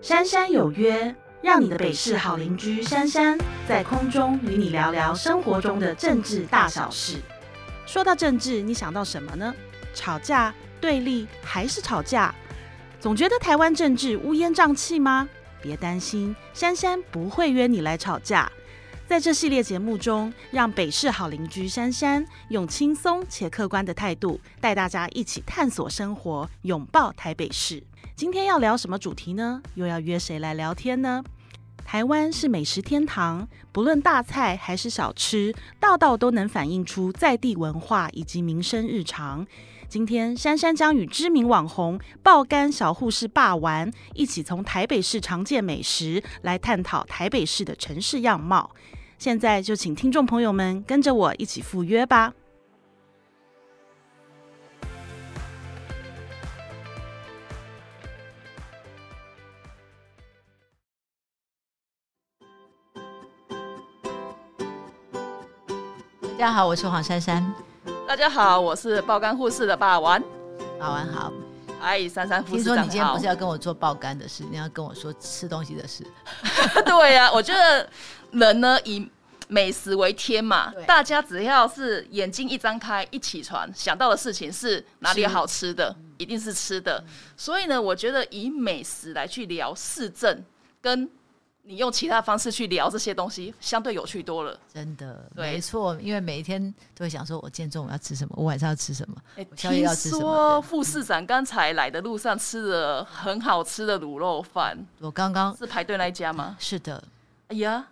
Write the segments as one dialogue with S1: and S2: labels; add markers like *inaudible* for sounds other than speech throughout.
S1: 珊珊有约，让你的北市好邻居珊珊在空中与你聊聊生活中的政治大小事。说到政治，你想到什么呢？吵架、对立还是吵架？总觉得台湾政治乌烟瘴气吗？别担心，珊珊不会约你来吵架。在这系列节目中，让北市好邻居珊珊用轻松且客观的态度，带大家一起探索生活，拥抱台北市。今天要聊什么主题呢？又要约谁来聊天呢？台湾是美食天堂，不论大菜还是小吃，道道都能反映出在地文化以及民生日常。今天，珊珊将与知名网红爆肝小护士霸丸一起从台北市常见美食来探讨台北市的城市样貌。现在就请听众朋友们跟着我一起赴约吧。
S2: 大家好，我是黄珊珊，
S3: 大家好，我是爆肝护士的霸王。
S2: 好玩好。
S3: 哎，珊珊护
S2: 听
S3: 士
S2: 说
S3: 长
S2: 你今天
S3: 好
S2: 不是。要跟我做爆肝的事，你要跟我说吃东西的事。
S3: *laughs* 对呀、我觉得人呢以美食为天 *laughs* 嘛
S2: 对，
S3: 大家只要是眼睛一张开，一起床想到的事情是哪里有
S2: 吃
S3: 好吃的，一定是吃的。所以呢，我觉得以美食来去聊市政，跟你用其他方式去聊这些东西，相对有趣多了。
S2: 真的，
S3: 对
S2: 没错，因为每一天都会想说，我今天中午要吃什么，我晚上要吃什么，
S3: 哎
S2: 我宵夜
S3: 听
S2: 要吃什么
S3: 说。副市长刚才来的路上吃了很好吃的卤肉饭，
S2: 对我刚刚
S3: 是排队那一家吗？
S2: 是的，
S3: 哎呀，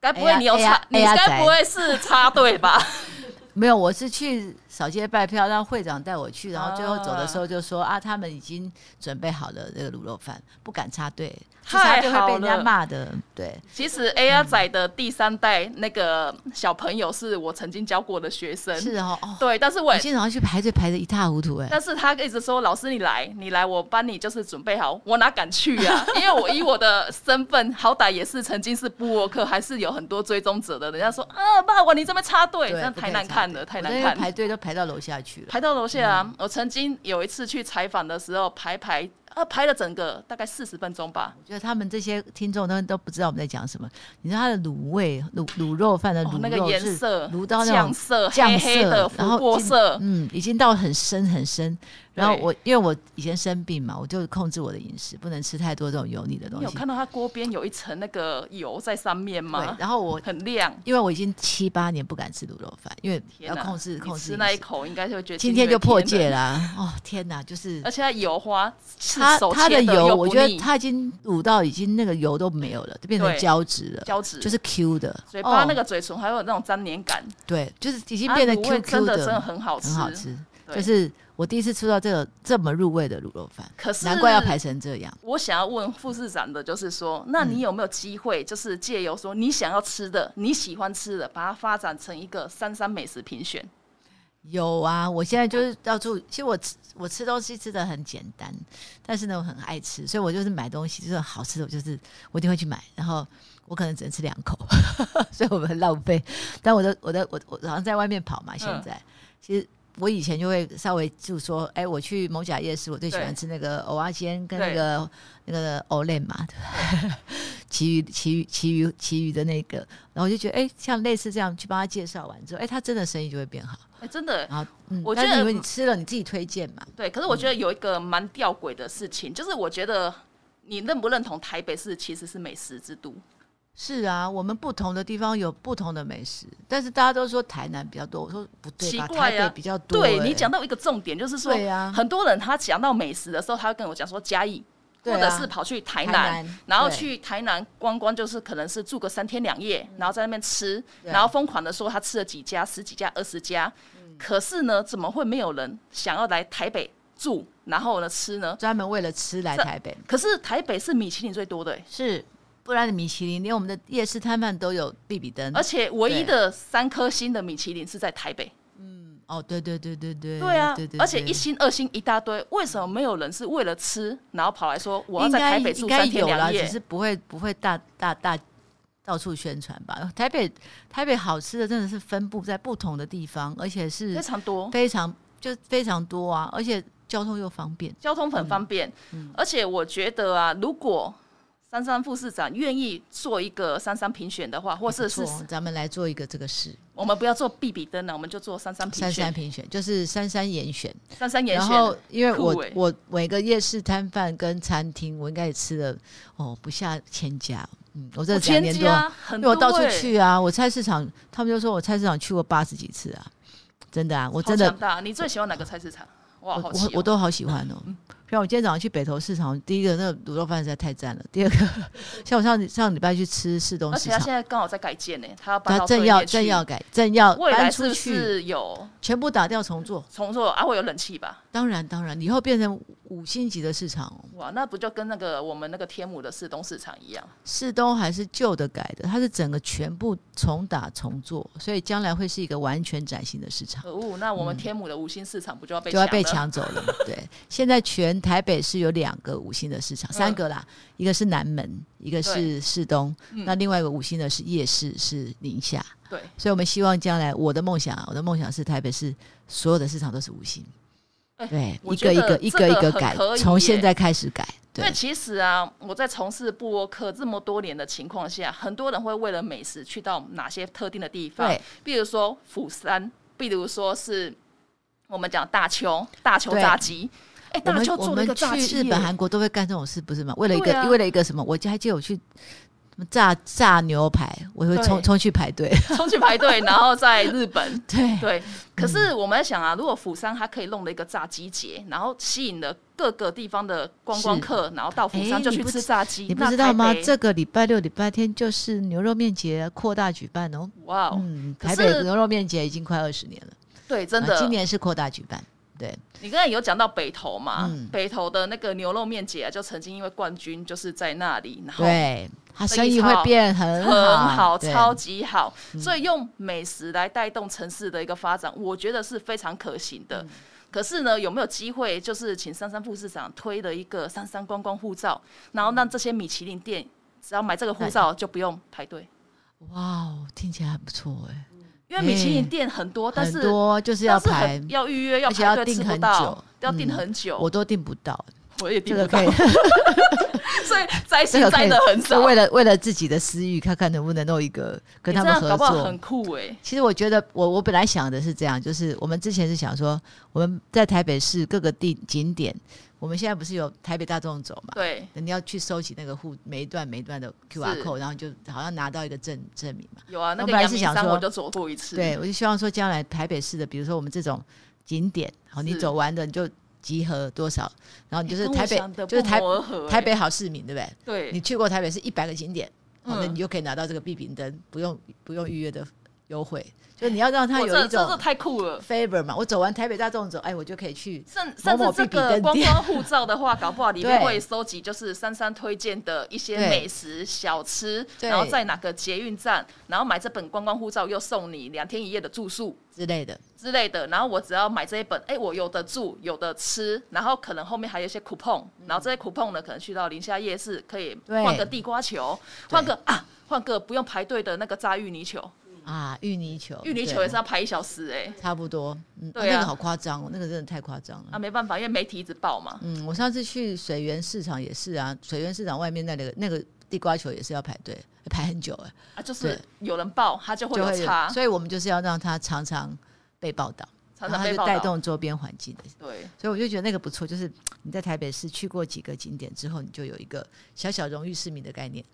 S3: 该不
S2: 哎
S3: 会
S2: 呀
S3: 你有
S2: 哎呀
S3: 插？
S2: 哎
S3: 你
S2: 呀
S3: 该不会是插队吧？ *laughs*
S2: 没有，我是去扫街拜票，让会长带我去，然后最后走的时候就说啊，他们已经准备好了这个卤肉饭，不敢插队，去插队
S3: 太
S2: 会
S3: 好
S2: 被人家
S3: 了
S2: 骂的。对，
S3: 其实 A R 仔的第三代那个小朋友是我曾经教过的学生，
S2: 是哦，哦，
S3: 对，但是我
S2: 我今天早上去排队排的一塌糊涂，哎，
S3: 但是他一直说老师你来，你来，我帮你就是准备好，我哪敢去啊？
S2: *laughs*
S3: 因为我以我的身份，好歹也是曾经是布沃克，还是有很多追踪者的，人家说啊，爸，我你这边插队，
S2: 对
S3: 那
S2: 不
S3: 太
S2: 可以
S3: 难
S2: 插
S3: 看
S2: 队
S3: 了，太
S2: 我
S3: 难
S2: 在那边
S3: 看了。
S2: 排队嗯都排到楼下去了。
S3: 排到楼下啊！我曾经有一次去采访的时候，排排啊排了整个大概四十分钟吧，
S2: 我觉得他们这些听众都都不知道我们在讲什么。你知道它的卤味卤卤肉饭的
S3: 哦
S2: 卤肉、是
S3: 那个颜色
S2: 卤到那
S3: 酱
S2: 种
S3: 色
S2: 酱
S3: 黑黑的
S2: 然后
S3: 琥珀
S2: 已经
S3: 色
S2: 嗯，已经到很深很深。然后
S3: 对
S2: 我因为我以前生病嘛，我就控制我的饮食，不能吃太多这种油腻的东
S3: 你有
S2: 西。
S3: 看到它锅边有一层那个油在上面吗
S2: 对，？然后我
S3: 很亮。
S2: 因为我已经七八年不敢吃卤肉饭，因为
S3: 天
S2: 要
S3: 哪
S2: 控制
S3: 你
S2: 控制
S3: 吃
S2: 饮
S3: 那一
S2: 食
S3: 口应该就会觉得
S2: 今天就破戒
S3: 了。
S2: 啦、哦天哪，就是
S3: 而且它油花是
S2: 它
S3: 手
S2: 它
S3: 切
S2: 的油，
S3: 又
S2: 我
S3: 不
S2: 觉得
S3: 腻
S2: 它已经卤到已经那个油都没有了，就变成
S3: 对
S2: 胶质了。
S3: 胶质
S2: 就是 Q 的，
S3: 嘴巴
S2: 哦
S3: 那个嘴唇还有那种粘连感，
S2: 对，就是已经
S3: 啊
S2: 变得
S3: 卤味
S2: QQ
S3: 真
S2: 的，
S3: 的真的很好吃，
S2: 很好。吃。
S3: 对
S2: 就是我第一次吃到这个这么入味的卤肉饭，
S3: 可是
S2: 难怪要排成这样。
S3: 我想要问副市长的，就是说，那
S2: 嗯
S3: 你有没有机会，就是借由说你想要吃的、你喜欢吃的，把它发展成一个三三美食评选？
S2: 有啊，我现在就是到处，其实我吃我吃东西吃的很简单，但是呢，我很爱吃，所以我就是买东西，就是好吃的，我就是我一定会去买，然后我可能只能吃两口， *laughs* 所以我们很浪费。但我的我的我我好像在外面跑嘛，现在、其实。我以前就会稍微就说，哎、我去某甲夜市，我最喜欢
S3: 对
S2: 吃那个蚵仔煎跟那
S3: 对
S2: 个那个藕类嘛，对吧 *laughs* 其余其余其余其余的那个，然后我就觉得，哎、像类似这样去帮他介绍完之后，哎、他真的生意就会变好。
S3: 哎、真的，
S2: 然后，嗯，
S3: 我
S2: 但
S3: 觉
S2: 是
S3: 得
S2: 因为你吃了，你自己推荐嘛，
S3: 对，可是我觉得
S2: 嗯
S3: 有一个蛮吊诡的事情，就是我觉得你认不认同台北市其实是美食之都？
S2: 是啊，我们不同的地方有不同的美食，但是大家都说台南比较多，我说不对吧？
S3: 奇怪
S2: 台
S3: 啊
S2: 北比较多、
S3: 对
S2: 欸
S3: 你讲，到一个重点，就是说
S2: 对啊，
S3: 很多人他讲到美食的时候，他会跟我讲说嘉义，
S2: 对
S3: 或者
S2: 啊
S3: 是跑去台
S2: 台
S3: 南，
S2: 南
S3: 然后
S2: 对
S3: 去台南观光，就是可能是住个三天两夜，然后在那边吃，
S2: 对
S3: 然后疯狂的说他吃了几家、十几家、二十家，
S2: 嗯
S3: 可是呢，怎么会没有人想要来台北住，然后呢吃呢？
S2: 专门为了吃来
S3: 这
S2: 台北
S3: 可是台北是米其林最多的、欸
S2: 是，不然米其林连我们的夜市摊贩都有必比登，
S3: 而且唯一的三颗星的米其林是在台北。
S2: 哦，对对对对对，
S3: 对啊，
S2: 对对，
S3: 而且一
S2: 对
S3: 星、二星一大堆，为什么没有人是为了吃，然后跑来说我要
S2: 应
S3: 在
S2: 该
S3: 台北
S2: 应
S3: 住
S2: 该
S3: 三天
S2: 有啦，
S3: 两
S2: 只
S3: 夜？
S2: 是不会不会大大大到处宣传吧。台北台北好吃的真的是分布在不同的地方，而且是
S3: 非常多，
S2: 非常就非常多啊，而且交通又方便。
S3: 交通很方便，而且我觉得啊，如果珊珊副市长愿意做一个珊珊评选的话，或是是
S2: 不错哦咱们来做一个这个事，
S3: 我们不要做必比登啊了，我们就做珊珊评
S2: 三三
S3: 选，
S2: 评选就是三三严选，
S3: 珊珊严
S2: 然
S3: 选。
S2: 后因为
S3: 酷
S2: 我
S3: 欸
S2: 我每个夜市摊贩跟餐厅，我应该也吃了哦不下千家，嗯，我这
S3: 我
S2: 两
S3: 全
S2: 年多，
S3: 家很
S2: 因为
S3: 多
S2: 我到处
S3: 欸，
S2: 去啊，我菜市场，他们就说我菜市场去过八十几次啊，真的啊，我
S3: 我
S2: 真的
S3: 大。你最喜欢哪个菜市场？哇，
S2: 我
S3: 好奇
S2: 我
S3: 哦
S2: 我都好喜欢哦。像我今天早上去北投市场，第一个那个卤肉饭实在太赞了，第二个 *laughs* 像我上上礼拜去吃市东
S3: 而
S2: 市
S3: 且他现
S2: 场，
S3: 在刚好在改建呢，他要搬
S2: 它
S3: 到
S2: 啊正
S3: 对
S2: 要
S3: 面去
S2: 正要改正要
S3: 未来
S2: 呃搬
S3: 是
S2: 出
S3: 不
S2: 去，
S3: 是有
S2: 全部打掉重做。
S3: 重做啊？会有冷气吧？
S2: 当然当然，以后变成五星级的市场哦，
S3: 哇，那不就跟那个我们那个天母的市东市场一样？
S2: 市东还是旧的改的，它是整个全部重打重做，所以将来会是一个完全崭新的市场。
S3: 可恶，那我们天母的五星市场不就要
S2: 嗯
S3: 被
S2: 就要被
S3: 了？
S2: 抢走了。
S3: *laughs*
S2: 对，现在全台北市有两个五星的市场，
S3: 嗯
S2: 三个啦，一个是南门，一个是市东，那另外一个五星的是夜市，是宁夏。
S3: 嗯对，
S2: 所以我们希望将来，我的梦想啊，我的梦想是台北市所有的市场都是五星。
S3: 哎
S2: 对，
S3: 我
S2: 一
S3: 觉
S2: 个一
S3: 得
S2: 个一个一
S3: 这个
S2: 个
S3: 很
S2: 改
S3: 可，以
S2: 从
S3: 耶
S2: 现在开始改。
S3: 因
S2: 对
S3: 为，其实啊，我在从事布洛克这么多年的情况下，很多人会为了美食去到哪些特定的地方
S2: 对，
S3: 比如说釜山，比如说是我们讲大邱，大邱
S2: 对
S3: 炸鸡，
S2: 我
S3: 哎，大
S2: 们
S3: 邱
S2: 我
S3: 做了一个
S2: 们
S3: 炸鸡
S2: 去
S3: 耶，
S2: 日本、韩国都会干这种事，不是吗？为了一
S3: 对
S2: 个
S3: 啊
S2: 为了一个什么，我还记得我去。什么炸炸牛排，我会冲
S3: 对
S2: 冲去排
S3: *laughs*
S2: 队。
S3: 冲去
S2: *laughs*
S3: 排队，然后在日本，
S2: 对，
S3: *laughs* 对，可是我们在想啊，如果釜山它可以弄了一个炸鸡节，然后吸引了各个地方的观光客，然后到釜山
S2: 哎
S3: 就
S2: 你
S3: 去
S2: 不
S3: 吃
S2: 知
S3: 炸鸡，
S2: 你不
S3: 那
S2: 知道
S3: 台
S2: 吗？
S3: 北
S2: 这个礼拜六、礼拜天就是牛肉面节扩大举办哦。
S3: 哇哦，
S2: 嗯，
S3: 可
S2: 台北
S3: 是
S2: 牛肉面节已经快二十年了，
S3: 对，真
S2: 啊
S3: 的，
S2: 今年是扩大举办。对，
S3: 你刚才有讲到北投嘛，
S2: 嗯
S3: 北投的那个牛肉面节啊，就曾经因为冠军就是在那里，然后
S2: 对，它
S3: 生
S2: 生
S3: 意
S2: 意会
S3: 超
S2: 变很
S3: 很
S2: 好，
S3: 好，
S2: 对嗯
S3: 超级好，所以用美食来带动城市的一个发展，我觉得是非常可行的。
S2: 嗯
S3: 可是呢，有没有机会就是请珊珊副市长推了一个珊珊观光护照，
S2: 嗯
S3: 然后让这些米其林店只要买这个护照就不用排队，
S2: 哇哦，听起来很不错哎，
S3: 因为米其林店很多，
S2: 嗯
S3: 但
S2: 很
S3: 是
S2: 多就是要
S3: 但是
S2: 排
S3: 很，要预约，要
S2: 而且要
S3: 排队
S2: 订
S3: 吃不
S2: 很
S3: 到
S2: 久，
S3: 要订
S2: 嗯
S3: 很久，
S2: 我都订不到，
S3: 我也
S2: 这
S3: 订不
S2: 个可
S3: 到
S2: 以，，
S3: *laughs* 所以
S2: 这
S3: 摘星
S2: 个可
S3: 摘
S2: 以
S3: 的很少
S2: 就。 *laughs* 为了为了自己的私欲，看看能不能弄一个跟
S3: 你
S2: 他
S3: 这
S2: 们
S3: 样
S2: 合
S3: 搞不好
S2: 作，
S3: 很酷哎、
S2: 其实我觉得我，我本来想的是这样，就是我们之前是想说，我们在台北市各个地景点，我们现在不是有台北大众走嘛？
S3: 对，
S2: 你要去收集那个户每一段每一段的 QR
S3: 是
S2: code，然后就好像拿到一个证证明嘛。
S3: 有啊，那
S2: 我
S3: 个
S2: 本来
S3: 阳
S2: 是
S3: 明
S2: 想
S3: 山
S2: 说
S3: 我就走过一次。
S2: 对，我就希望说，将来台北市的，比如说我们这种景点，好，你
S3: 是哎
S2: 走完的你就集合多少，然后你就是
S3: 跟我
S2: 台北
S3: 想的，
S2: 就是
S3: 不
S2: 台
S3: 谋而合欸
S2: 台北好市民，对不对？你
S3: 对，
S2: 去过台北市一百个景点，好，那
S3: 嗯
S2: 你就可以拿到这个必饼灯，不用不用预约的优惠。就是你要让它
S3: 我
S2: 有
S3: 这
S2: 一
S3: 这
S2: 种
S3: 这太酷了。
S2: favor 嘛，我走完台北大众走，哎，我就可以去。
S3: 甚
S2: 某
S3: 甚至
S2: 某
S3: 这
S2: 必比
S3: 个
S2: 登
S3: 观
S2: 店
S3: 光护照的话，搞不好里面
S2: 对
S3: 会收集就是珊珊推荐的一些
S2: 对
S3: 美食小吃，
S2: 对
S3: 然后在哪个捷运站，然后买这本观光护照又送你两天一夜的住宿
S2: 之类的，
S3: 之类的。然后我只要买这一本，哎、我有的住，有的吃，然后可能后面还有一些 coupon，然后这些 coupon 呢，可能去到宁夏夜市可以
S2: 嗯对
S3: 换个地瓜球，换个啊，换个不用排队的那个炸芋泥球。
S2: 啊，芋泥球，
S3: 嗯芋泥球
S2: 对
S3: 也是要排一小时哎、
S2: 差不多，嗯，
S3: 对啊
S2: 那个好夸张哦，那个真的太夸张了。
S3: 啊，没办法，因为媒体一直报嘛。
S2: 嗯，我上次去水源市场也是啊，水源市场外面那个那个地瓜球也是要排队，排很久哎，
S3: 啊，就是
S2: 对
S3: 有人报，它就会
S2: 就
S3: 有差，
S2: 所以我们就是要让它常常被报道，
S3: 常
S2: 然后
S3: 常
S2: 它
S3: 被
S2: 就
S3: 报
S2: 带
S3: 道。
S2: 动哦周边环境的。
S3: 对，
S2: 所以我就觉得那个不错，就是你在台北市去过几个景点之后，你就有一个小小荣誉市民的概念，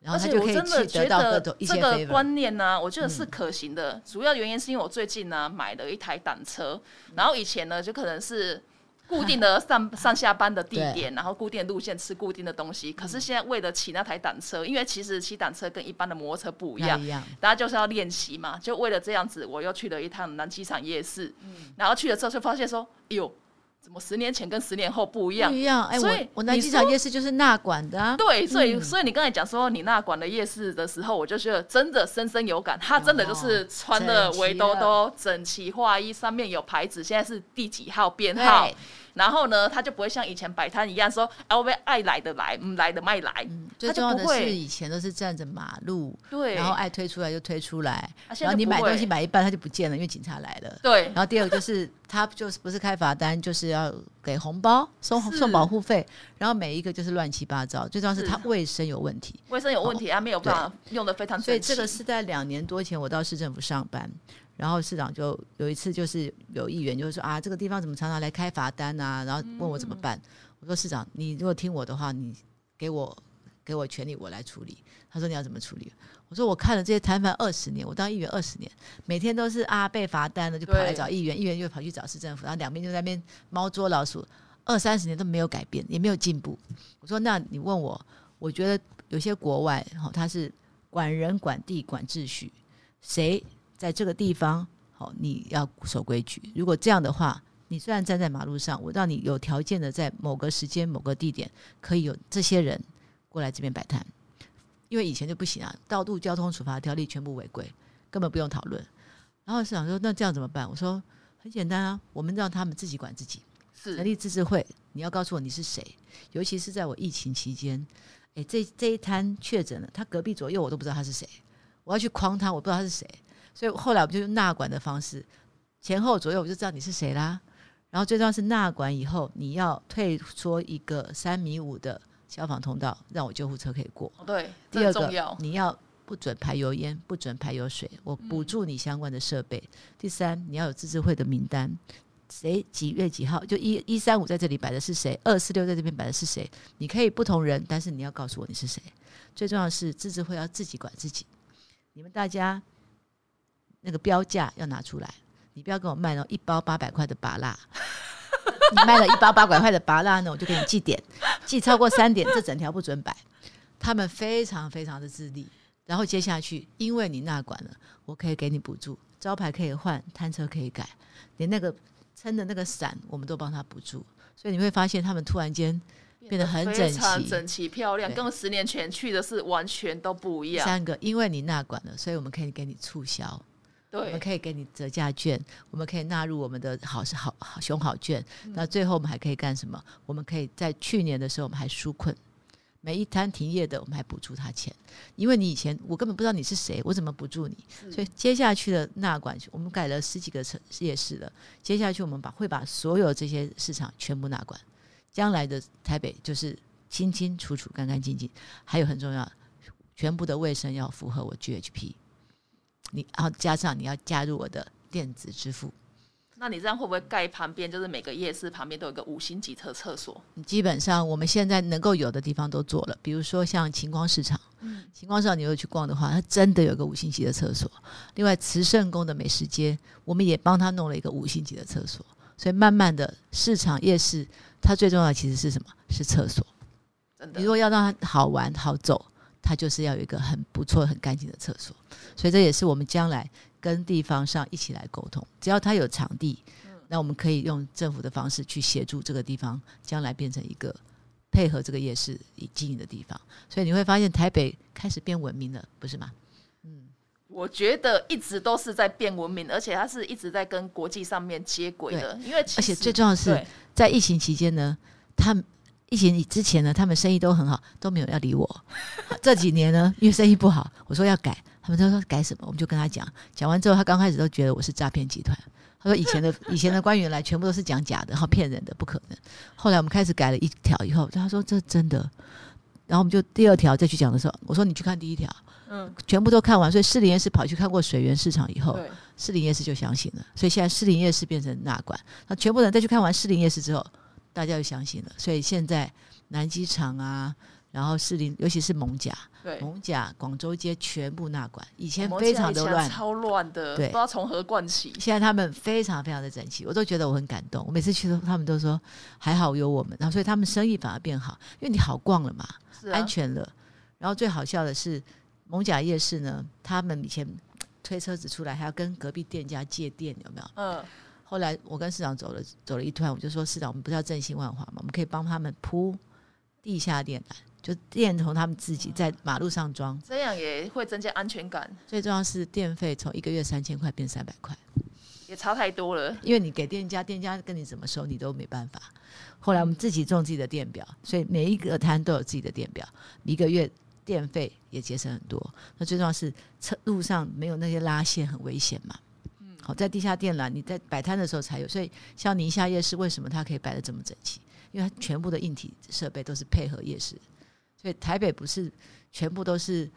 S2: 然
S3: 而
S2: 后他
S3: 且
S2: 就
S3: 我
S2: 可以
S3: 真的
S2: 去
S3: 觉
S2: 得到各
S3: 得
S2: 种一
S3: 这
S2: 些
S3: 个
S2: favor。嗯
S3: 观念呢、啊我觉得是可行的。主要原因是因为我最近呢、买了一台挡车，
S2: 嗯
S3: 然后以前呢就可能是。固定
S2: *laughs*
S3: 的上上下班的地点，然后固定的路线吃固定的东西。
S2: 嗯
S3: 可是现在为了骑那台挡车，因为其实骑挡车跟一般的摩托车不一
S2: 那
S3: 样，
S2: 一样，
S3: 大家就是要练习嘛。就为了这样子，我又去了一趟南机场夜市，
S2: 嗯
S3: 然后去了之后就发现说，哎呦，怎么十年前跟十年后不一样
S2: 不？一样。哎、
S3: 所以
S2: 我我南
S3: 你
S2: 机场
S3: 说
S2: 夜市就是纳管的啊，
S3: 对，所以、所以你刚才讲说你那馆的夜市的时候，我就觉得真的深深有感，他真的就是
S2: 啊
S3: 穿的围兜兜整齐划一，上面有牌子，现在是第几号编号
S2: 对，
S3: 然后呢，他就不会像以前摆摊一样说，啊，我们爱来的来，嗯，来的卖来，
S2: 最
S3: 他
S2: 重
S3: 就
S2: 要
S3: 不
S2: 的是，
S3: 会。
S2: 以前都是站着马路，
S3: 对，
S2: 然后爱推出来就推出来，
S3: 啊现在
S2: 然后你
S3: 不
S2: 买
S3: 会
S2: 东西买一半它就不见了，因为警察来了。
S3: 对
S2: 然，后第二个就是他就是不是开罚单，就是要给红包、送
S3: 是
S2: 送保护费，然后每一个就是乱七八糟，最重要是
S3: 是
S2: 他卫生有问题。
S3: 卫生有问题啊，没有办法用的非常
S2: 所以
S3: 整
S2: 这个
S3: 齐
S2: 是在两年多前，我到市政府上班，然后市长就有一次就是有议员就说啊，这个地方怎么常常来开罚单啊，然后问我怎么办。我说市长，你如果听我的话，你给我给我权利，我来处理。他说你要怎么处理？我说我看了这些摊贩二十年，我当议员二十年，每天都是啊被罚单了就跑来
S3: 对
S2: 找议员，议员又跑去找市政府，然后两边就在那边猫捉老鼠，二三十年都没有改变，也没有进步。我说那你问我，我觉得有些国外哈、哦，它是管人、管地、管秩序，谁在这个地方好、哦，你要守规矩。如果这样的话，你虽然站在马路上，我让你有条件的在某个时间、某个地点，可以有这些人过来这边摆摊，因为以前就不行啊，《道路交通处罚条例》全部违规，根本不用讨论。然后市长说：“那这样怎么办？”我说：“很简单啊，我们让他们自己管自己。”成
S3: 是
S2: 立自治会，你要告诉我你是谁，尤其是在我疫情期间，诶，这这一摊确诊了，他隔壁左右我都不知道他是谁，我要去框他，我不知道他是谁，所以后来我们就用纳管的方式，前后左右我就知道你是谁啦。然后最重要是纳管以后，你要退缩一个三米五的消防通道，让我救护车可以过。
S3: 哦对，
S2: 第
S3: 这
S2: 二
S3: 很
S2: 个
S3: 重要，
S2: 你要不准排油烟，不准排油水，我补
S3: 嗯
S2: 助你相关的设备。第三，你要有自治会的名单，谁几月几号，就一一三五在这里摆的是谁，二四六在这边摆的是谁，你可以不同人，但是你要告诉我你是谁。最重要的是自治会要自己管自己，你们大家那个标价要拿出来，你不要跟我卖那种一包八百块的拔蜡。你卖了一包八百块的拔蜡呢，我就给你记点，记超过三点，这整条不准摆。他们非常非常的自立，然后接下去，因为你纳管了，我可以给你补助，招牌可以换，摊车可以改，连那个撑的那个伞，我们都帮他补助，所以你会发现他们突然间变得很整
S3: 非常
S2: 齐。
S3: 整齐漂亮，
S2: 对
S3: 跟十年前去的是完全都不一
S2: 第
S3: 样。
S2: 三个，因为你纳管了，所以我们可以给你促销，我们
S3: 对，
S2: 可以给你折价券，我们可以纳入我们的好是好好熊好券。那最后我们还可以干什么？我们可以在去年的时候，我们还纾困，每一摊停业的我们还补助他钱，因为你以前我根本不知道你是谁，我怎么补助你？所以接下去的纳管，我们改了十几个城夜市了，接下去我们把会把所有这些市场全部纳管，将来的台北就是清清楚楚、干干净净。还有很重要，全部的卫生要符合我 GHP。你然后加上你要加入我的电子支付，
S3: 那你这样会不会盖旁边就是每个夜市旁边都有个五星级的厕所？
S2: 基本上我们现在能够有的地方都做了，比如说像晴光市场，晴光市场你如果去逛的话，它真的有个五星级的厕所。另外，慈圣宫的美食街，我们也帮他弄了一个五星级的厕所。所以慢慢的，市场夜市它最重要的其实是什么？是厕所。
S3: 真
S2: 你
S3: 的
S2: 如果要让它好玩好走，它就是要有一个很不错、很干净的厕所。所以这也是我们将来跟地方上一起来沟通，只要它有场地，那我们可以用政府的方式去协助这个地方，将来变成一个配合这个夜市以经营的地方。所以你会发现台北开始变文明了，不是吗？
S3: 我觉得一直都是在变文明，而且它是一直在跟国际上面接轨的。因为其实
S2: 而且最重要的是
S3: 对
S2: 在疫情期间呢，他们疫情之前呢，他们生意都很好，都没有要理我。 *laughs* 这几年呢，因为生意不好，我说要改，他们都说改什么，我们就跟他讲。讲完之后，他刚开始都觉得我是诈骗集团。他说以前的以前的官员来全部都是讲假的，然后骗人的，不可能。后来我们开始改了一条以后，他说这真的。然后我们就第二条再去讲的时候，我说你去看第一条，
S3: 嗯，
S2: 全部都看完。所以士林夜市跑去看过水源市场以后，
S3: 对，
S2: 士林夜市就相信了，所以现在士林夜市变成纳管，那全部人再去看完士林夜市之后，大家就相信了，所以现在南机场啊，然后士林，尤其是蒙甲、
S3: 对，
S2: 蒙甲、广州街全部纳管，以前
S3: 我们
S2: 非常的
S3: 家以前
S2: 乱，
S3: 超乱的，不
S2: 对
S3: 知道从何灌起。
S2: 现在他们非常非常的整齐，我都觉得我很感动。我每次去的时候，他们都说还好有我们，然后所以他们生意反而变好，因为你好逛了嘛，
S3: 是啊
S2: 安全了。然后最好笑的是，蒙甲夜市呢，他们以前推车子出来还要跟隔壁店家借电，有没有？
S3: 嗯，
S2: 后来我跟市长走了走了一段，我就说市长，我们不是要振兴万华嘛，我们可以帮他们铺地下电缆，就电从他们自己在马路上装。
S3: 这样也会增加安全感，
S2: 最重要是电费从一个月三千块变三百块，
S3: 也差太多了。
S2: 因为你给店家，店家跟你怎么收你都没办法。后来我们自己种自己的电表，所以每一个摊都有自己的电表，一个月电费也节省很多。那最重要是车路上没有那些拉线，很危险嘛。好，在地下电缆，你在摆摊的时候才有。所以像宁夏夜市，为什么它可以摆的这么整齐？因为它全部的硬体设备都是配合夜市，所以台北不是全部都是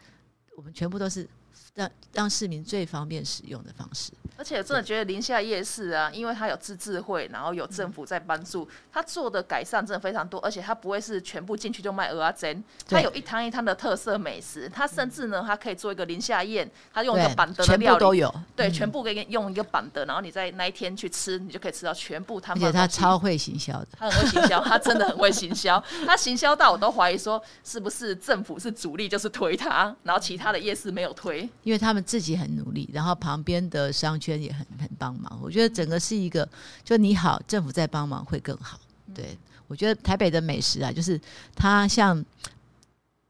S2: 我们全部都是让让市民最方便使用的方式。
S3: 而且真的觉得宁夏夜市啊，因为它有自治会，然后有
S2: 嗯
S3: 政府在帮助，它做的改善真的非常多，而且它不会是全部进去就卖鹅啊煎，它
S2: 对
S3: 有一摊一摊的特色美食，它甚至呢，它可以做一个宁夏宴，它用一个
S2: 对
S3: 板，凳的
S2: 全
S3: 料
S2: 部都
S3: 理，
S2: 有，嗯
S3: 对，全部给你用一个板凳，然后你在那一天去吃，你就可以吃到全部摊
S2: 而
S3: 贩
S2: 且
S3: 的
S2: 它
S3: 东西。
S2: 超会行销的。
S3: 他很会行销，他真的很会行销，他行销到我都怀疑说是不是政府是主力就是推他，然后其他的夜市没有推。
S2: 因为他们自己很努力，然后旁边的商圈也很很帮忙。我觉得整个是一个，就你好，政府在帮忙会更好。
S3: 嗯
S2: 对我觉得台北的美食啊，就是它像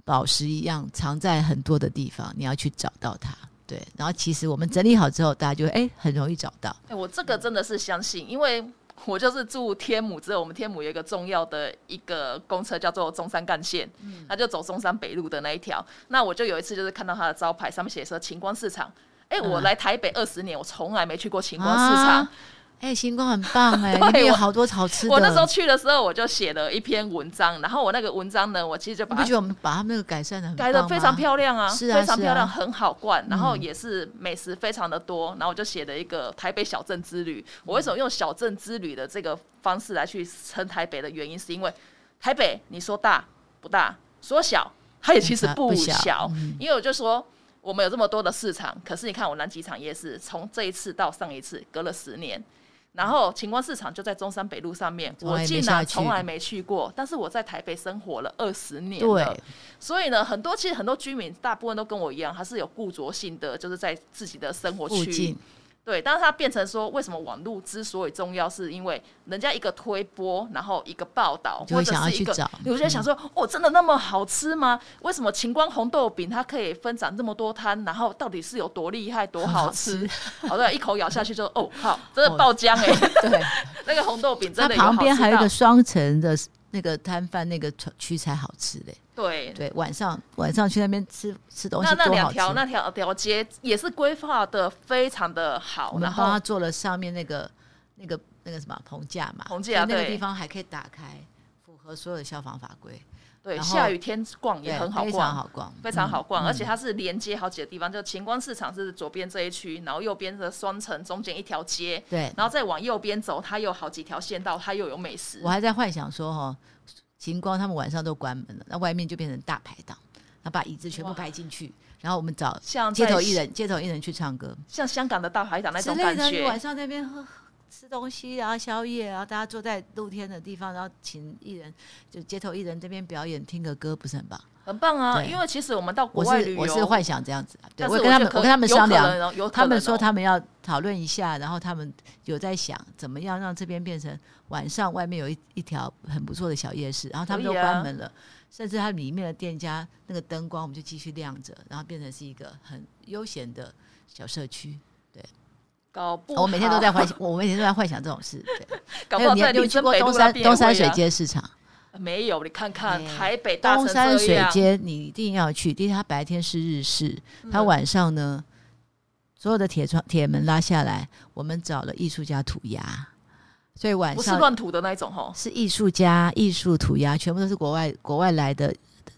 S2: 宝石一样藏在很多的地方，你要去找到它。对，然后其实我们整理好之后，大家就哎、很容易找到。
S3: 哎、我这个真的是相信，因为我就是住天母之后，我们天母有一个重要的一个公车叫做中山干线，
S2: 嗯
S3: 它就走中山北路的那一条。那我就有一次就是看到它的招牌上面写说晴光市场。哎、我
S2: 嗯
S3: 来台北二十年，我从来没去过晴光市场。
S2: 啊哎、星光很棒
S3: *laughs*
S2: 哎、
S3: 对
S2: 里面有
S3: 我
S2: 好多好吃的。
S3: 我那时候去的时候，我就写了一篇文章，然后我那个文章呢，我其实就
S2: 你
S3: 把
S2: 不
S3: 它
S2: 觉得我们把他们那个改善的很
S3: 改的非常
S2: 亮。
S3: 漂亮啊，
S2: 是啊嗯
S3: 非常漂亮，
S2: 是
S3: 很好灌，然后也是美食非常的多，然后我就写了一个台北小镇之旅。我为什么用小镇之旅的这个方式来去称台北的原因，是因为台北你说大不大，说小它也其实
S2: 嗯它
S3: 不
S2: 不小嗯
S3: 因为我就说。我们有这么多的市场，可是你看我南机场夜市，从这一次到上一次隔了十年，然后晴光市场就在中山北路上面，
S2: 从来
S3: 我
S2: 没
S3: 竟
S2: 下
S3: 然
S2: 去
S3: 从来没去过，但是我在台北生活了二十年了，
S2: 对，
S3: 所以呢，很多其实很多居民大部分都跟我一样，他是有固着性的，就是在自己的生活
S2: 附
S3: 区
S2: 近。
S3: 对，但是它变成说，为什么网络之所以重要，是因为人家一个推播，然后一个报道，
S2: 就
S3: 或
S2: 会
S3: 者
S2: 想要
S3: 是一
S2: 去
S3: 个
S2: 找，
S3: 有些人想说，哦，真的那么好吃吗？为什么晴光红豆饼它可以分展这么多摊，然后到底是有多厉害、多
S2: *laughs*
S3: 好吃？好的，一口咬下去就哦，靠，真的爆浆哎、 *laughs*
S2: 对。
S3: 那个红豆饼真
S2: 它
S3: 的有
S2: 旁边
S3: 好吃
S2: 还有一
S3: 到
S2: 个双层的那个摊贩，那个区才好吃嘞。
S3: 对
S2: 对，晚上晚上去那边吃吃东西
S3: 那那
S2: 多
S3: 两
S2: 好吃。
S3: 条那条条街也是规划的非常的好
S2: 我，们
S3: 然
S2: 帮他
S3: 后
S2: 做了上面那个那个那个什么棚架嘛，
S3: 棚
S2: 所
S3: 架
S2: 以那个
S3: 对
S2: 地方还可以打开，符合所有的消防法规，
S3: 对
S2: 然后
S3: 下雨天逛也
S2: 对
S3: 很好
S2: 非
S3: 逛
S2: 常。好逛，
S3: 非常好逛，
S2: 嗯
S3: 而且它是连接好几个地方，就晴光市场是左边这一区，然后右边的双城中间一条街，
S2: 对。
S3: 然后再往右边走，它有好几条线道，它又有美食
S2: 我。还在幻想说哈，晴光他们晚上都关门了，那外面就变成大排档，那把椅子全部
S3: 哇
S2: 排进去，然后我们找
S3: 像
S2: 街
S3: 在
S2: 头艺人街头艺人去唱歌，
S3: 像香港的大排档那
S2: 之
S3: 种
S2: 类
S3: 感
S2: 的，你晚
S3: 觉，
S2: 上在那边喝吃东西啊、宵夜啊，大家坐在露天的地方，然后请艺人就街头艺人这边表演，听个歌，不是很棒？
S3: 很棒啊！
S2: 对
S3: 因为其实我们到国
S2: 我
S3: 外旅
S2: 是
S3: 游，
S2: 我是幻想这样子啊，对
S3: 但
S2: 我
S3: 是
S2: 跟他们
S3: 觉
S2: 我
S3: 得可
S2: 跟他们商
S3: 有可
S2: 量，
S3: 能哦，有可
S2: 他
S3: 能
S2: 们
S3: 哦
S2: 说他们要讨论一下，然后他们有在想怎么样让这边变成晚上外面有一一条很不错的小夜市，然后他们
S3: 可
S2: 都
S3: 以啊
S2: 关门了，甚至它里面的店家那个灯光我们就继续亮着，然后变成是一个很悠闲的小社区。
S3: 搞不好，
S2: 哦我每天都在幻想，我每天都在幻想这种事。对。
S3: 搞
S2: 还
S3: 不
S2: 有
S3: 好
S2: 你
S3: 在
S2: 你有
S3: 林
S2: 去
S3: 森
S2: 过
S3: 北
S2: 东
S3: 路那
S2: 山
S3: 边
S2: 东
S3: 也
S2: 山
S3: 会
S2: 水
S3: 啊
S2: 街市场？
S3: 没有，你看看
S2: 哎
S3: 台北大
S2: 东
S3: 成
S2: 山
S3: 这
S2: 水
S3: 样，
S2: 街你一定要去，第一它白天是日式，它
S3: 嗯
S2: 晚上呢，所有的铁窗铁门拉下来，我们找了艺术家涂鸦，所以晚
S3: 不是
S2: 上
S3: 乱涂的那一种吼。
S2: 是艺术家、艺术涂鸦，全部都是国外国外来的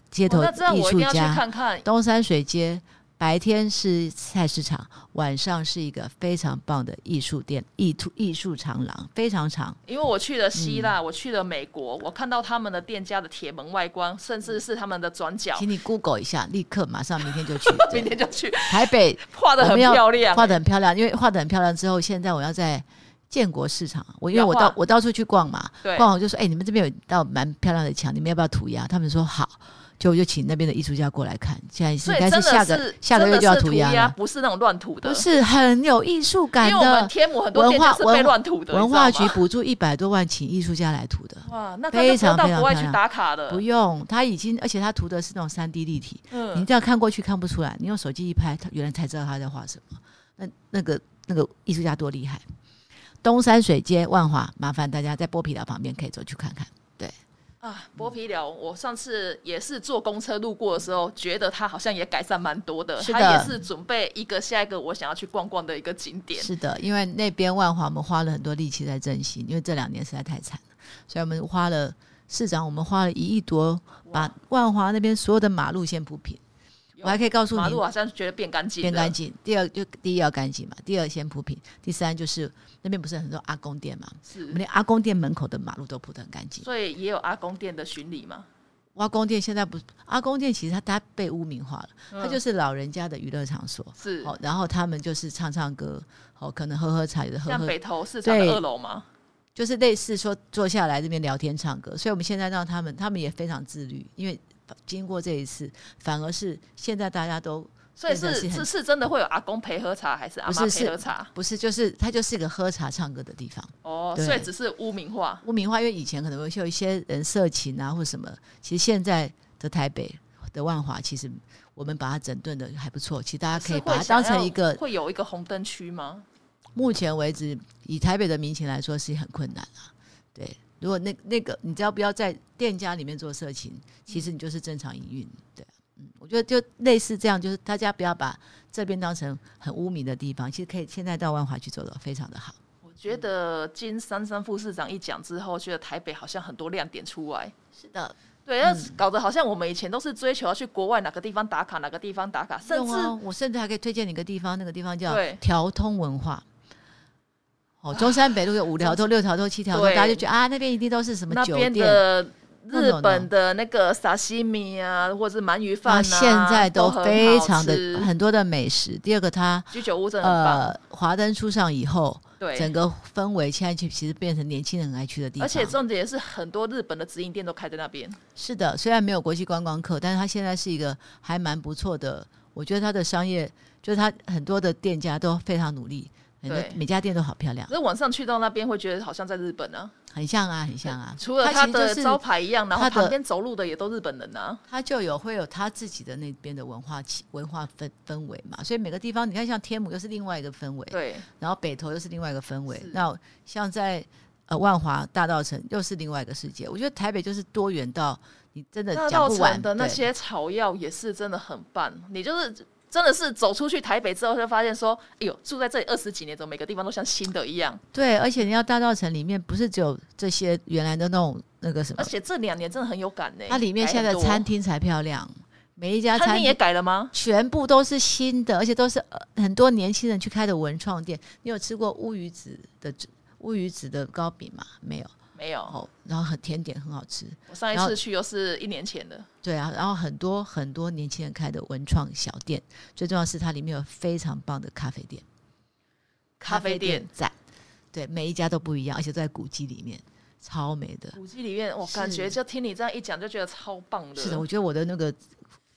S2: 街头
S3: 哦那这样
S2: 艺
S3: 我一
S2: 术
S3: 定要去
S2: 家。
S3: 看看。
S2: 东山水街白天是菜市场，晚上是一个非常棒的艺术店、艺术艺术长廊，非常长。
S3: 因为我去了希
S2: 嗯
S3: 腊，我去了美国，我看到他们的店家的铁门外观，甚至是他们的转角，
S2: 请你 Google 一下，立刻马上明天
S3: *laughs*
S2: 就去。对
S3: 明天就去，
S2: 台北
S3: 画的
S2: 我
S3: 很
S2: 们要
S3: 漂亮，
S2: 画的很漂亮，因为画的很漂亮之后，现在我要在建国市场，我因为
S3: 要
S2: 我
S3: 画
S2: 到我到处去逛嘛，
S3: 对
S2: 逛我就说，哎、你们这边有一道蛮漂亮的墙，你们要不要涂鸦？他们说好，就我就请那边的艺术家过来看，现在是
S3: 所
S2: 应
S3: 以
S2: 该
S3: 真的
S2: 下个
S3: 是
S2: 下个
S3: 真
S2: 月
S3: 的
S2: 就要
S3: 是
S2: 涂
S3: 涂
S2: 鸦了，
S3: 不是那种乱涂的
S2: 不，是很有艺术
S3: 因
S2: 感
S3: 为我们
S2: 的。
S3: 天母很多店家是
S2: 文化
S3: 被乱涂的，
S2: 文化
S3: 你知道
S2: 局
S3: 吗
S2: 补助一百多万，请艺术家来
S3: *laughs*
S2: 涂的，
S3: 哇，那他就不用到国外去打卡了
S2: 不，用，他已经，而且他涂的是那种三 D 立体，你
S3: 嗯，
S2: 这样看过去看不出来，你用手机一拍，他原来才知道他在画什么。那那个那个艺术家多厉害，东山水街万华，麻烦大家在剥皮寮旁边可以走去看看。
S3: 啊，剥皮寮，我上次也是坐公车路过的时候，觉得它好像也改善蛮多的。
S2: 是的
S3: 它也是准备一个下一个我想要去逛逛的一个景点。
S2: 是的，因为那边万华我们花了很多力气在振兴，因为这两年实在太惨了，所以我们花了市长，我们花了一亿多，把万华那边所有的马路先铺平。
S3: 有
S2: 我还可以告诉
S3: 马
S2: 你
S3: 路，好像觉得变干净，
S2: 变干，净。第二就第一要干净嘛，第二先铺平，第三就是那边不是很多阿公店嘛，我们
S3: 是。
S2: 连阿公店门口的马路都铺得很干净。
S3: 所以也有阿公店的巡礼嘛，
S2: 阿公店现在不，阿公店其实它它被污名化了，它
S3: 嗯
S2: 就是老人家的娱乐场所。
S3: 是
S2: 好，然后他们就是唱唱歌，好，可能喝喝茶，有的喝
S3: 像
S2: 喝
S3: 北投市场的
S2: 对
S3: 二楼嘛，
S2: 就是类似说坐下来这边聊天唱歌，所以我们现在让他们，他们也非常自律，因为经过这一次，反而是现在大家都
S3: 所以
S2: 变成
S3: 是
S2: 是
S3: 是
S2: 很
S3: 是真的会有阿公陪喝茶，还是阿
S2: 不
S3: 妈
S2: 是是
S3: 陪喝茶？
S2: 不是就是它就是一个喝茶唱歌的地方。
S3: 哦，
S2: 对
S3: 所以只是污名化，
S2: 污名化，因为以前可能会有一些人色情啊或什么，其实现在的台北的万华，其实我们把它整顿的还不错，其实大家可以
S3: 是
S2: 把
S3: 会
S2: 它
S3: 想
S2: 当
S3: 要
S2: 成一个
S3: 会有一个红灯区吗？
S2: 目前为止，以台北的民情来说是很困难啊。对，如果那那个你只要不要在店家里面做色情，其实你就是正常营运。对啊，嗯，我觉得就类似这样，就是大家不要把这边当成很污名的地方，其实可以现在到万华去走的非常的好。
S3: 我觉得金珊珊副市长一讲之后，觉得台北好像很多亮点出来。
S2: 是的，
S3: 对，要
S2: 嗯
S3: 是搞得好像我们以前都是追求要去国外哪个地方打卡，哪个地方打卡，甚至、
S2: 啊，我甚至还可以推荐你一个地方，那个地方叫
S3: 对
S2: 调通文化。哦，中山北路有五条通、六条通、七条通，
S3: 对
S2: 大家就觉得啊，那边一定都是什么
S3: 那
S2: 酒
S3: 边
S2: 店。
S3: 的
S2: 那
S3: 日
S2: 种
S3: 本的那个沙西米啊，或者是鳗鱼饭啊，
S2: 现在
S3: 都
S2: 都
S3: 很
S2: 非
S3: 好
S2: 常的
S3: 吃
S2: 很多的美食。第二个，它
S3: 居酒屋真的很棒，
S2: 呃，华灯初上以后，整
S3: 对。
S2: 个氛围现在其其实变成年轻人很爱去的地方。
S3: 而且重点是很多日本的直营店都开在那边，
S2: 是的，虽然没有国际观光客，但是它现在是一个还蛮不错的。我觉得它的商业，就是它很多的店家都非常努力，很多
S3: 对
S2: 每家店都好漂亮
S3: 可，是晚上去到那边会觉得好像在日本啊，
S2: 很像啊，很像啊。
S3: 呃除了
S2: 它
S3: 它
S2: 其实就
S3: 的
S2: 是
S3: 招牌一样，然后
S2: 它的
S3: 旁边走路的也都日本人啊。
S2: 它就有会有它自己的那边的文化气文化氛氛围嘛，所以每个地方你看，像天母又是另外一个氛围，
S3: 对，
S2: 然后北投又是另外一个氛围
S3: 是。
S2: 那像在呃万华大道城又是另外一个世界。我觉得台北就是多元到你真的
S3: 大
S2: 讲
S3: 道
S2: 不完
S3: 城的那
S2: 对
S3: 些草药也是真的很棒，你就是真的是走出去台北之后，就发现说，哎呦，住在这里二十几年，怎么每个地方都像新的一样？
S2: 对，而且你要大道城里面不是只有这些原来的那种那个什么
S3: 而，且这两年真的很有感呢、
S2: 它里面
S3: 改
S2: 现在
S3: 很
S2: 的
S3: 多
S2: 餐厅才漂亮，每一家
S3: 餐
S2: 餐
S3: 厅也改了吗？
S2: 全部都是新的，而且都是呃很多年轻人去开的文创店。你有吃过乌鱼子的乌鱼子的糕饼吗？没有。
S3: 没有，
S2: 哦，然后很甜点很好吃。
S3: 我上一
S2: 然后
S3: 次去又是一年前的，
S2: 对啊，然后很多很多年轻人开的文创小店，最重要是它里面有非常棒的咖啡店，
S3: 咖啡店。
S2: 赞，对，每一家都不一样，而且都在古迹里面，超美的。
S3: 古迹里面，我感
S2: 是
S3: 觉就听你这样一讲，就觉得超棒的。
S2: 是的，我觉得我的那个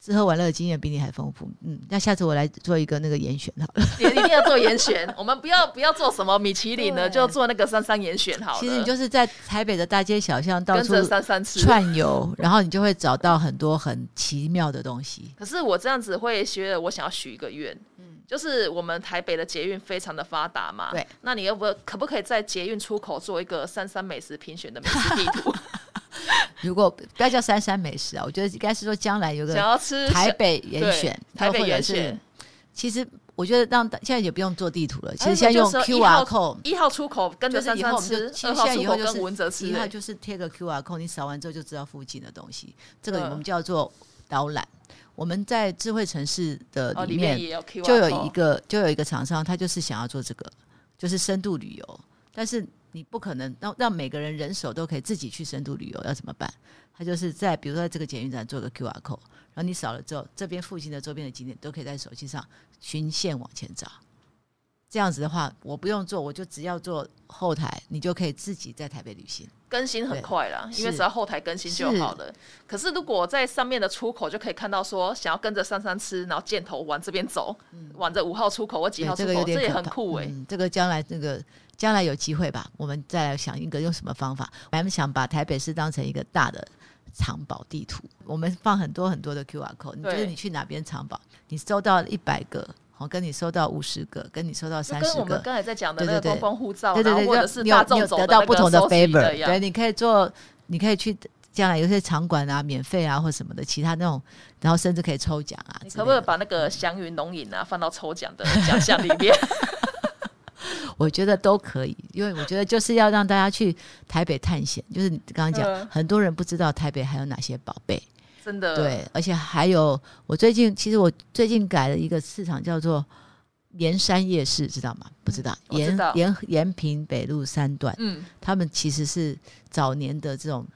S2: 吃喝玩乐的经验比你还丰富。嗯，那下次我来做一个那个严选好了。
S3: 也一定要做严选，我们不要不要做什么米其林的，
S2: 对
S3: 就做那个三三严选好了。
S2: 其实你就是在台北的大街小巷到
S3: 跟
S2: 处
S3: 着三三吃。
S2: 串游，然后你就会找到很多很奇妙的东西。
S3: 可是我这样子会觉得，我想要许一个愿，就是我们台北的捷运非常的发达嘛，
S2: 嗯对，
S3: 那你要不可不可以在捷运出口做一个三三美食评选的美食地
S2: *laughs*
S3: 图？
S2: 如果不要叫三山美食啊，我觉得应该是说将来有个
S3: 想要吃
S2: 台
S3: 小
S2: 北严
S3: 对
S2: 选，
S3: 台北
S2: 或者
S3: 严
S2: 是
S3: 选，
S2: 其实我觉得让大现在也不用做地图了，其实
S3: 哎
S2: 现在用
S3: 我们就说一号
S2: QR code。
S3: 一号出口跟
S2: 就
S3: 着
S2: 是
S3: 三
S2: 以后
S3: 三
S2: 我们就
S3: 吃，
S2: 其
S3: 二
S2: 实
S3: 号
S2: 现在
S3: 出
S2: 以后
S3: 口
S2: 就
S3: 跟文哲
S2: 是
S3: 吃
S2: 一，号
S3: 哎
S2: 就是贴个 QR code，你扫完之后就知道附近的东西。这个
S3: 嗯
S2: 我们叫做导览。我们在智慧城市的
S3: 哦，
S2: 里
S3: 里
S2: 面
S3: 面也有 Q，
S2: 就有一个就有一个厂商，他就是想要做这个，就是深度旅游。但是你不可能让让每个人人手都可以自己去深度旅游，要怎么办？他就是在比如说在这个检运站做个 QR code，然后你扫了之后，这边附近的周边的景点都可以在手机上循线往前找。这样子的话，我不用做，我就只要做后台，你就可以自己在台北旅行。
S3: 更新很快啦，
S2: 对
S3: 因为
S2: 是
S3: 只要后台更新就好了。可是如果在上面的出口就可以看到说，想要跟着三三吃，然后箭头往这边走，往着五号出口或几
S2: 嗯对
S3: 号出
S2: 这
S3: 口，
S2: 个有点
S3: 也
S2: 可
S3: 很
S2: 怕
S3: 酷哎、
S2: 嗯，这个将来那个将来有机会吧，我们再来想一个用什么方法。我们想把台北市当成一个大的藏宝地图，我们放很多很多的 QR code，你就是
S3: 对
S2: 你去哪边藏宝，你收到一百个。哦，跟你收到五十个，跟你收到
S3: 就
S2: 三
S3: 跟
S2: 十
S3: 我们
S2: 个，
S3: 刚才在讲的
S2: 对
S3: 那个
S2: 对
S3: 公
S2: 对
S3: 共护照，啊
S2: 对对
S3: 然后
S2: 对，
S3: 或者
S2: 就是你有
S3: 大
S2: 你
S3: 众
S2: 有
S3: 走
S2: 得到不同的 favor，对，
S3: 对，
S2: 你可以做，你可以去将来有些场馆啊、免费啊或什么的，其他那种，然后甚至可以抽奖啊
S3: 你
S2: 之
S3: 可
S2: 类
S3: 不可以
S2: 的。
S3: 把那个祥云龙饮啊放到抽奖的奖项里
S2: *laughs*
S3: 面？
S2: 我觉得都可以，因为我觉得就是要让大家去台北探险，就是你刚刚讲，
S3: 嗯
S2: 很多人不知道台北还有哪些宝贝，
S3: 真的，，
S2: 对，而且还有我最近其实我最近改了一个市场叫做盐山夜市，知道吗？不知道，
S3: 嗯我知道
S2: 延延延平北路三段，
S3: 嗯，
S2: 他们其实是早年的这种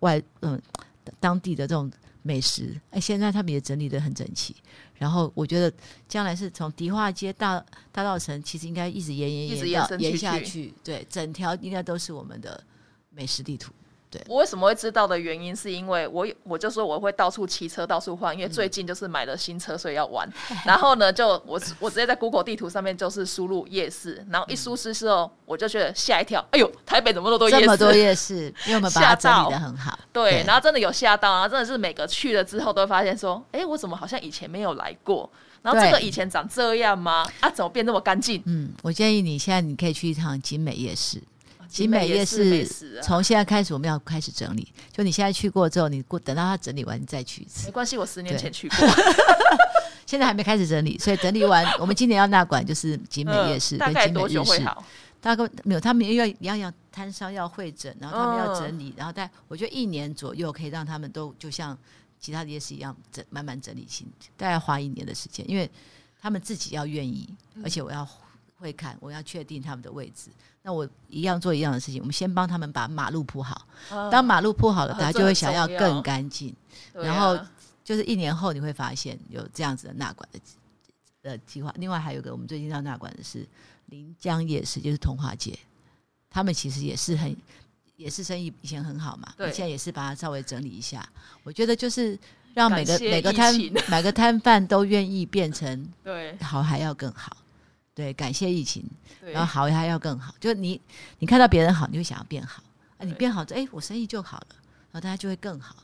S2: 外嗯当地的这种美食，哎，现在他们也整理的很整齐。然后我觉得将来是从迪化街大大道城，其实应该一直延
S3: 一
S2: 延
S3: 直延
S2: 延到
S3: 伸
S2: 延
S3: 去
S2: 下
S3: 去
S2: 去，对，整条应该都是我们的美食地图。
S3: 我为什么会知道的原因，是因为我有我就说我会到处骑车到处换，因为
S2: 嗯
S3: 最近就是买了新车，所以要玩。然后呢，就我我直接在 Google 地图上面就是输入夜市，然后
S2: 嗯
S3: 一输失之后，我就觉得吓一跳，哎呦，台北怎么那么多夜
S2: 这
S3: 市？
S2: 么多夜市，因为我们把
S3: 吓
S2: 它整
S3: 到
S2: 理的很好。
S3: 对，然后真的有吓到，然后真的是每个去了之后都会发现说，哎、我怎么好像以前没有来过？然后这
S2: 对
S3: 个以前长这样吗？啊，怎么变那么干净？
S2: 嗯，我建议你现在你可以去一趟景美夜市。
S3: 集
S2: 景美夜
S3: 市哦美食啊，
S2: 从现在开始我们要开始整理，就你现在去过之后，你过等到它整理完你再去一次
S3: 没。关系，我十年
S2: 对
S3: 前去过，
S2: *laughs* 现在还没开始整理，所以整理
S3: *laughs*
S2: 完，我们今年要纳管就是景美夜市
S3: 嗯
S2: 跟
S3: 大概
S2: 景美
S3: 多久
S2: 日
S3: 会
S2: 市。
S3: 好？
S2: 大概没有，他们因为要要摊商要会诊，然后他们要整
S3: 嗯
S2: 理，然后但我觉得一年左右可以让他们都就像其他的夜市一样整慢慢整理清，大概花一年的时间，因为他们自己要愿意，而且我要会看，我要确定他们的位置。那我一样做一样的事情，我们先帮他们把马路铺好，
S3: 嗯
S2: 当马路铺好了，
S3: 啊
S2: 大家
S3: 这
S2: 就会
S3: 很
S2: 想
S3: 重
S2: 要
S3: 要
S2: 更干净。
S3: 对
S2: 然后
S3: 啊
S2: 就是一年后你会发现有这样子的纳管的计呃计划。另外还有一个我们最近要纳管的是临江夜市，就是通化街，他们其实也是很也是生意以前很好嘛，
S3: 对
S2: 你现在也是把它稍微整理一下。我觉得就是让每
S3: 感
S2: 个
S3: 谢
S2: 每个
S3: 疫
S2: 摊
S3: 情
S2: *laughs* 每个摊贩都愿意变成
S3: 对
S2: 好还要更好。对，感谢疫情，
S3: 对，
S2: 然后好还要更好。就是你你看到别人好，你会想要变好啊，你
S3: 对
S2: 变好，哎，我生意就好了，然后大家就会更好。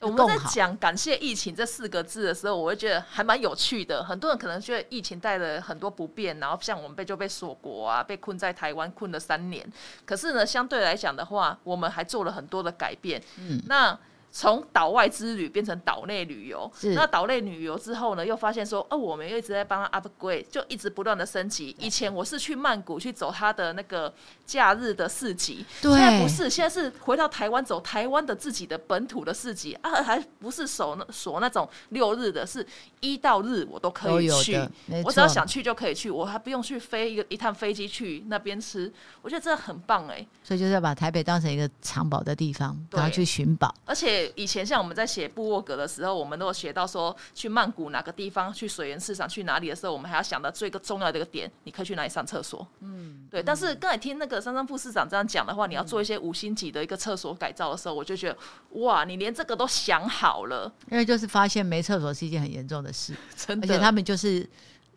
S3: 我们
S2: 更
S3: 在
S2: 好
S3: 讲“感谢疫情”这四个字的时候，我会觉得还蛮有趣的。很多人可能觉得疫情带了很多不便，然后像我们被就被锁国啊，被困在台湾困了三年。可是呢，相对来讲的话，我们还做了很多的改变。嗯，那。从岛外之旅变成岛内旅游，
S2: 是
S3: 那岛内旅游之后呢，又发现说，哦，我们又一直在帮他 upgrade，就一直不断的升级。以前我是去曼谷去走他的那个假日的市集，
S2: 对
S3: 现在不是，现在是回到台湾走台湾的自己的本土的市集啊，还不是守那锁那种六日的，是一到日我都可
S2: 都
S3: 以
S2: 有
S3: 去
S2: 的没，
S3: 我只要
S2: 错
S3: 想去就可以去，我还不用去飞一个一趟飞机去那边吃，我觉得这很棒哎、
S2: 所以就是要把台北当成一个藏宝的地方，
S3: 对
S2: 然后去寻宝。
S3: 而且以前像我们在写部落格的时候，我们都有学到说去曼谷哪个地方、去水源市场、去哪里的时候，我们还要想到最个重要的一个点，你可以去哪里上厕所。嗯，对。但是刚才听那个珊珊副市长这样讲的话，你要做一些五星级的一个厕所改造的时候，我就觉得哇，你连这个都想好
S2: *laughs*
S3: 了，
S2: 因为就是发现没厕所是一件很严重的事，
S3: 真
S2: 而
S3: 的。
S2: 且他们就是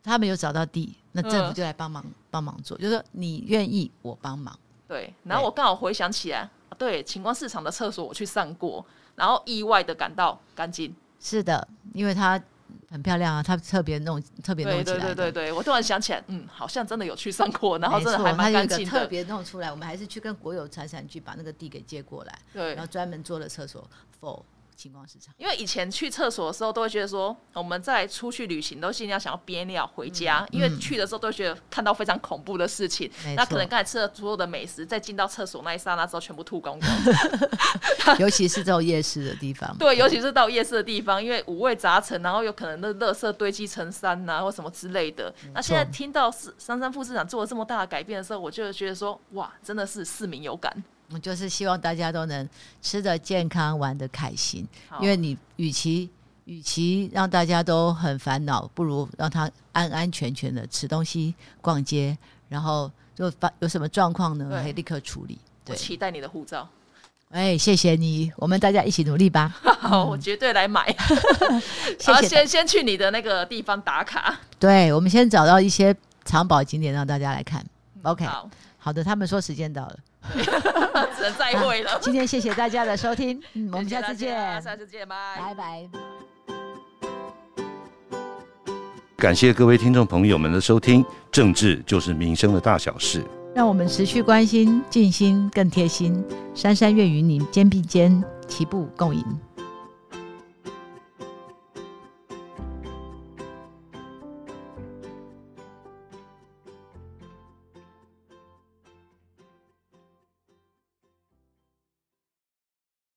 S2: 他们有找到地，那政府
S3: 嗯
S2: 就来帮忙、帮忙做，就是说你愿意我帮忙。
S3: 对，然后我刚好回想起来，啊对晴光市场的厕所我去上过，然后意外的感到干净。
S2: 是的，因为它很漂亮啊，它特别弄特别
S3: 对
S2: 弄起
S3: 对
S2: 来
S3: 对
S2: 的。
S3: 对对，我突然想起来，嗯，好像真的有去上过，然后
S2: *laughs* 没
S3: 真的
S2: 错
S3: 还
S2: 它
S3: 蛮
S2: 有一
S3: 干
S2: 个
S3: 净
S2: 特
S3: 的。
S2: 别弄出来，我们还是去跟国有财产局把那个地给接过来，
S3: 对
S2: 然，后专门做了厕所 for 情况市场。
S3: 因为以前去厕所的时候，都会觉得说，我们在出去旅行都尽量想要憋尿回家，因为去的时候都会觉得看到非常恐怖的事情。
S2: 嗯没
S3: 那可能
S2: 错
S3: 刚才吃了所有的美食，在进到厕所那一刹那之后，全部吐光光。 *laughs*
S2: 尤其是这种夜市的地方，
S3: 对，尤其是到夜市的地方，因为五味杂陈，然后有可能那垃圾堆积成山呐、或什么之类的。那现在听到是杉杉副市长做了这么大的改变的时候，我就觉得说，哇，真的是市民有感。
S2: 我就是希望大家都能吃的健康，玩的开心
S3: 好。
S2: 因为你与其与其让大家都很烦恼，不如让他安安全全的吃东西、逛街，然后就发有什么状况呢，
S3: 对
S2: 可以立刻处理。
S3: 我
S2: 对，
S3: 期待你的
S2: *laughs*
S3: 护照，
S2: 哎，谢谢你，我们大家一起努力吧。
S3: 好，我绝对来买。
S2: 谢谢大。
S3: 然后 *laughs* 先先去你的那个地方打卡。
S2: 对，我们先找到一些藏宝景点让大家来看。OK，
S3: 嗯好，
S2: 好的，他们说时间到了，
S3: 只能再会了。
S2: 今天谢谢大家的收听，嗯， *laughs* 我
S3: 我
S2: 们
S3: 们下
S2: 下
S3: 次
S2: 次
S3: 见
S2: 见，，
S3: 下次见，拜
S2: 拜拜。
S4: 感谢各位听众朋友们的收听，政治就是民生的大小事。
S2: 让我们持续关心、尽心、更贴心。珊珊愿与你肩并肩，齐步共赢。